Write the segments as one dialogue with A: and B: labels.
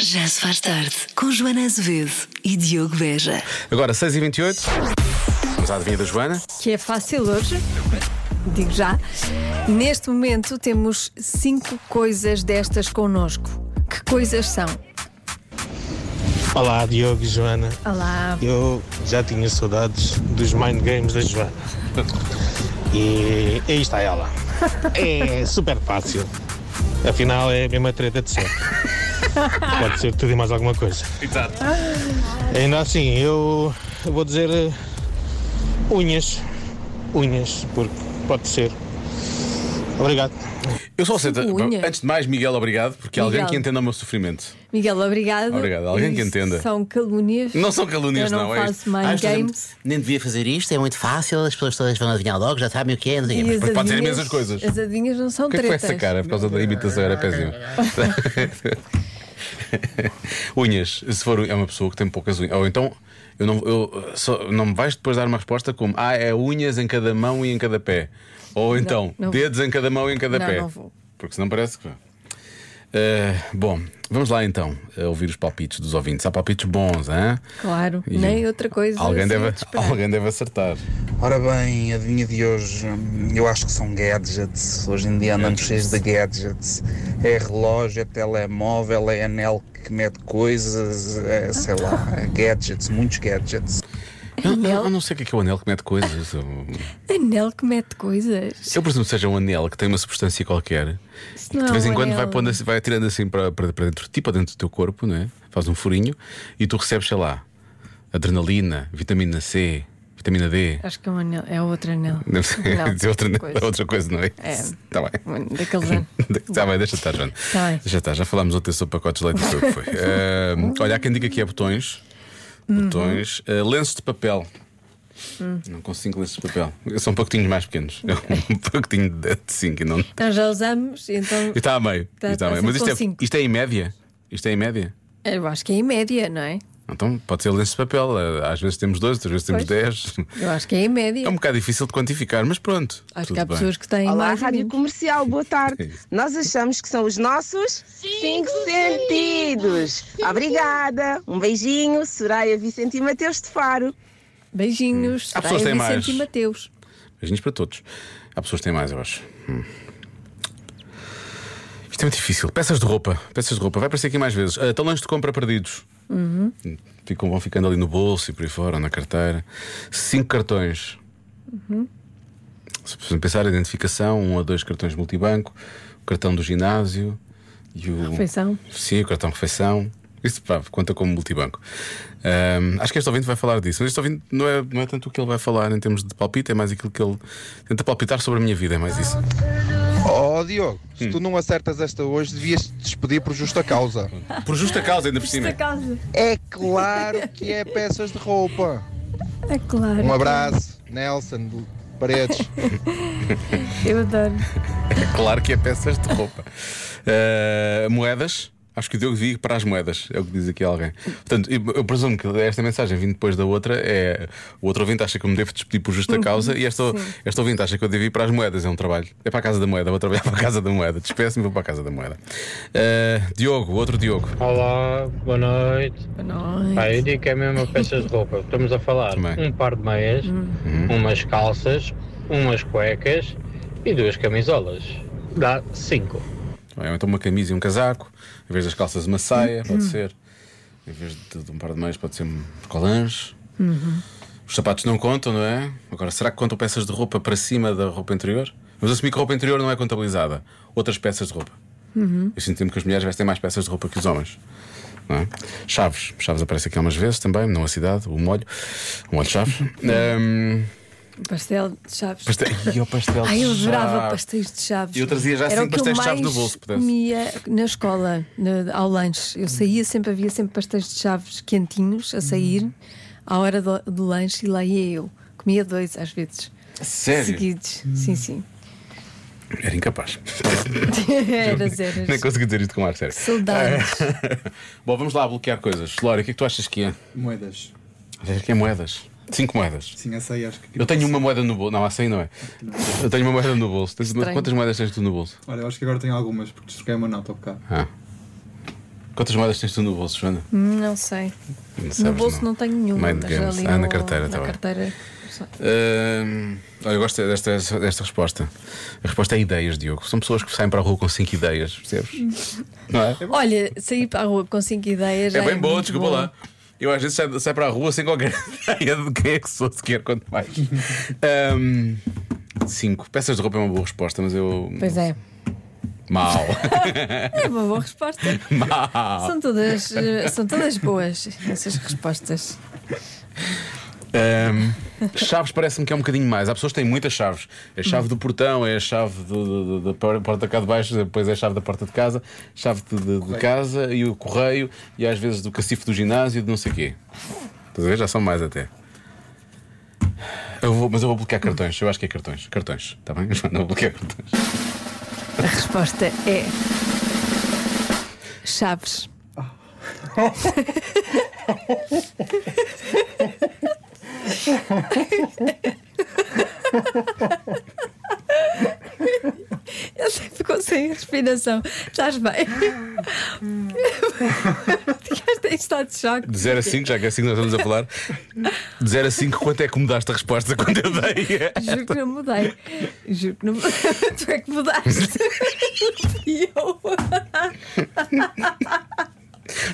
A: Já se faz tarde com Joana Azevedo e Diogo Veja.
B: Agora, 6h28. Vamos à adivinha da Joana.
C: que é fácil hoje. Digo já. Neste momento temos cinco coisas destas connosco. Que coisas são?
D: Olá, Diogo e Joana.
C: Olá.
D: Eu já tinha saudades dos mind games da Joana. E aí está ela. É super fácil. Afinal, é a mesma treta de sempre. Pode ser tudo e mais alguma coisa. Exato. Ainda assim, eu vou dizer eh, unhas. Unhas, porque pode ser. Obrigado.
B: Eu só sei.
C: Cinco unhas.
B: Antes de mais, Miguel, obrigado, porque é alguém
C: Miguel.
B: que entenda o meu sofrimento.
C: Miguel, obrigado.
B: Obrigado. Alguém que
C: E
B: entenda.
C: São calúnias.
B: Não são calúnias,
C: Eu
B: não,
C: não
B: é isto.
C: faço mind
E: Ah, isto é-
C: games.
E: Nem devia fazer isto, é muito fácil, as pessoas todas vão adivinhar logo, já sabem o que é. não sei o quê.
C: E as
B: depois pode dizer
C: adivinhas-
B: imensas coisas.
C: As adivinhas não são
B: O que é que foi
C: tretas.
B: essa cara? Por causa da imitação, era péssimo. unhas. Se for é uma pessoa que tem poucas unhas. Ou então, eu não, eu, só, não me vais depois dar uma resposta como: Ah, é unhas em cada mão e em cada pé. Ou então,
C: não vou.
B: dedos em cada mão e em cada
C: Não,
B: pé.
C: não vou.
B: Porque senão parece que. Eh, bom, vamos lá então a ouvir os palpites dos ouvintes. Há palpites bons, hein?
C: Claro,
B: E
C: nem outra coisa.
B: Alguém
C: assim
B: deve,
C: de esperar.
B: alguém deve acertar.
F: Ora bem, a adivinha de hoje, hum, eu acho que são gadgets. Hoje em dia andamos cheios de gadgets. É relógio, é telemóvel, é anel que mete coisas, é, sei lá, gadgets, muitos gadgets.
B: Eu, eu-
C: Anel?
B: eu não sei o que é, que é o anel que mete coisas. Eu-
C: Anel que mete coisas.
B: Eu presumo que seja um anel que tem uma substância qualquer
C: Isso
B: que
C: não
B: de
C: é
B: vez
C: um
B: em quando vai,
C: anel.
B: pondo assim- vai tirando assim para, para, para dentro de ti, para dentro do teu corpo, não é? faz um furinho e tu recebes, sei lá, adrenalina, vitamina C, vitamina D.
C: Acho que é um anel. É outro anel.
B: Não sei,
C: Não,
B: dizer outra,
C: coisa.
B: outra coisa, não é?
C: É.
B: Está bem.
C: Daqueles anos.
B: Está bem, deixa estar, Joana.
C: Tá bem.
B: Já está, já falámos ontem sobre pacotes de leite, não sei o que foi. Ahm, olha, há quem diga que é botões.
C: Uhum.
B: Botões. Ah, lenços de papel.
C: Hum.
B: Não consigo lenços de papel. São pacotinhos mais pequenos. É um pacotinho de 5 e não. E
C: Nós já usamos, então
B: está a meio.
C: Tá-
B: E está a
C: tá
B: meio. Mas
C: sempre
B: isto
C: com
B: é,
C: cinco.
B: isto é em média? Isto é em média?
C: eu acho que é em média, não é?
B: Então pode ser lenços de papel. Ah, Às vezes temos dois, outras vezes temos
C: Pois.
B: 10.
C: Eu acho que é em média.
B: É um bocado difícil de quantificar, mas pronto.
C: Acho
B: Tudo
C: que há
B: bem.
C: pessoas que têm
G: Olá,
C: mais. ou
G: Rádio
C: menos.
G: Comercial, boa tarde. Nós achamos que são os nossos cinco sentidos. Obrigada. Um beijinho, Soraya Vicente e Mateus de Faro.
C: Beijinhos.
B: Hum. Há pessoas que têm
C: Soraya
B: mais.
C: Vicente e Mateus.
B: Beijinhos para todos. Há pessoas que têm mais, eu acho. Hum. Isto é muito difícil. Peças de roupa, peças de roupa. Vai aparecer aqui mais vezes. Ah, talões de compra perdidos. Ficam, vão ficando ali no bolso e por aí fora, ou na carteira. Cinco cartões. Se precisam pensar, identificação, um ou dois cartões multibanco, o cartão do ginásio e o.
C: Refeição.
B: Sim, o cartão refeição. Isso pá, conta como multibanco. Ahm, acho que este ouvinte vai falar disso, mas este ouvinte não é, não é tanto o que ele vai falar em termos de palpite, é mais aquilo que ele tenta palpitar sobre a minha vida, é mais isso.
H: Oh, Diogo,
F: Hum.
H: se tu não acertas esta hoje, devias te despedir por justa causa.
B: Por justa causa, ainda por cima.
C: casa.
H: É claro que é peças de roupa.
C: É claro.
H: Um abraço, Nelson do Paredes.
C: Eu adoro.
B: É claro que é peças de roupa. Ah, moedas. Acho que o Diogo vi para as moedas, é o que diz aqui alguém. Portanto, eu eu presumo que esta mensagem vindo depois da outra é. O outro ouvinte acha que eu me devo despedir por justa causa e esta, esta ouvinte acha que eu devo ir para as moedas. É um trabalho. É para a casa da moeda, vou trabalhar para a casa da moeda. Despeço-me e vou para a casa da moeda. Ah, Diogo, outro Diogo.
I: Olá, boa noite.
C: Não,
I: Pá, eu digo que é mesmo a peças de roupa. Estamos a falar
B: Também.
I: um par de meias, umas calças, umas cuecas e duas camisolas. Dá cinco.
B: Ou então uma camisa e um casaco, em vez das calças, uma saia, pode
C: Hum.
B: ser. Em vez de, de um par de meias, pode ser um colange.
C: Uhum.
B: Os sapatos não contam, não é? Agora, será que contam peças de roupa para cima da roupa interior? Mas assumir que a roupa interior não é contabilizada. Outras peças de roupa.
C: Uhum.
B: Eu sinto-me que as mulheres vestem mais peças de roupa que os homens. Não é? Chaves. Chaves aparece aqui algumas vezes também, não a cidade, o molho. O molho de chaves.
C: Uhum.
B: Ahm,
C: pastel de chaves.
B: pastel... Ih, o pastel de
C: Ai, eu adorava
B: chaves.
C: pastéis de chaves.
B: Eu trazia já
C: Era
B: cinco
C: o que
B: pastéis
C: eu
B: de chaves no
C: mais
B: bolso, pudesse.
C: comia na escola, na- ao lanche. Eu saía sempre, havia sempre pastéis de chaves quentinhos a sair
B: Hum.
C: à hora do, do lanche e lá ia eu. Comia dois às vezes.
B: Sério?
C: Seguidos. Sim, sim.
B: Era incapaz. Hum.
C: Eras, eras.
B: Nem consegui dizer isto com ar sério.
C: Saudades.
B: É. Bom, vamos lá bloquear coisas. Lória, o que é que tu achas que é?
J: Moedas.
B: Achas que é moedas? Cinco moedas.
J: Sim, essa aí acho que.
B: Eu tenho uma moeda no bolso. Não, assim não é. Eu tenho uma moeda no bolso. Tens-
C: Estranho.
B: Quantas moedas tens tu no bolso?
J: Olha, eu acho que agora tenho algumas, porque destroquei uma nota há bocado.
B: Ah. Quantas moedas tens tu no bolso, Joana?
C: Não sei.
B: Não
C: No
B: sabes,
C: bolso não, tenho nenhuma.
B: Mind
C: mas
B: games.
C: ali
B: Ah,
C: no-
B: na carteira, tá
C: na
B: bem.
C: carteira. só-
B: Hum, olha, eu gosto desta, desta resposta. A resposta é ideias, Diogo. São pessoas que saem para a rua com cinco ideias, percebes?
C: Hum.
B: Não é?
C: Olha, sair para a rua com cinco ideias. já
B: É bem bom,
C: muito
B: desculpa
C: bom.
B: lá. Eu às vezes saio, saio para a rua sem qualquer ideia de quem é que sou sequer, quanto mais. Hum, cinco. Peças de roupa é uma boa resposta, mas eu.
C: Pois é.
B: Mal.
C: É uma boa resposta.
B: Mal.
C: São todas, eh, são todas boas essas respostas.
B: Hum, chaves parece-me que é um bocadinho mais. Há pessoas que têm muitas chaves. É a chave do portão, é a chave do- do- do- da por- porta cá de baixo, depois é a chave da porta de casa, chave de, de- de casa e o correio, e às vezes do cacifo do ginásio e de não sei quê. Estás a ver? Já são mais até. Eu vou- mas eu vou bloquear cartões, eu acho que é cartões. Cartões, está bem? Não vou bloquear cartões.
C: A resposta é. Chaves. Ele até ficou sem respiração. Estás bem? Ficaste em estado de choque.
B: De 0 a 5, já que é assim que nós estamos a falar, de 0 a 5, quanto é que mudaste a resposta quando eu dei?
C: Juro que não mudei. Juro que não mudei. Tu é que mudaste. e eu.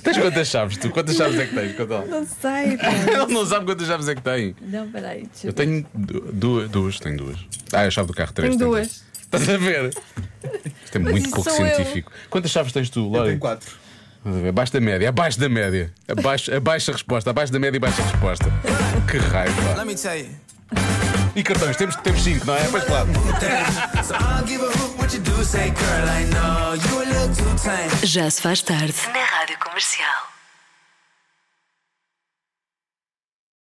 B: Tens quantas chaves? Tu quantas chaves é que tens? Conta lá.
C: Não sei. pá.
B: Ele não sabe quantas chaves é que tem.
C: Não, peraí. deixa
B: Eu tenho du- duas, duas, tenho duas. Ah, é a chave do carro, três.
C: Tenho
B: tenho
C: duas.
B: Estás a ver? Isto é muito
C: isso
B: pouco
C: sou eu.
B: científico. Quantas chaves tens tu, Lória?
J: Tem quatro.
B: Estás a ver? Abaixo da média, abaixo da média. Abaixo, abaixo a resposta, abaixo da média e baixa a resposta. Que raiva.
J: me tell you.
B: E cartões, temos, temos cinco, não é? Pois claro.
J: So I'll give a hoot what you do, say, girl. I know you a little too tame.
A: Já se faz tarde. Na Rádio Comercial.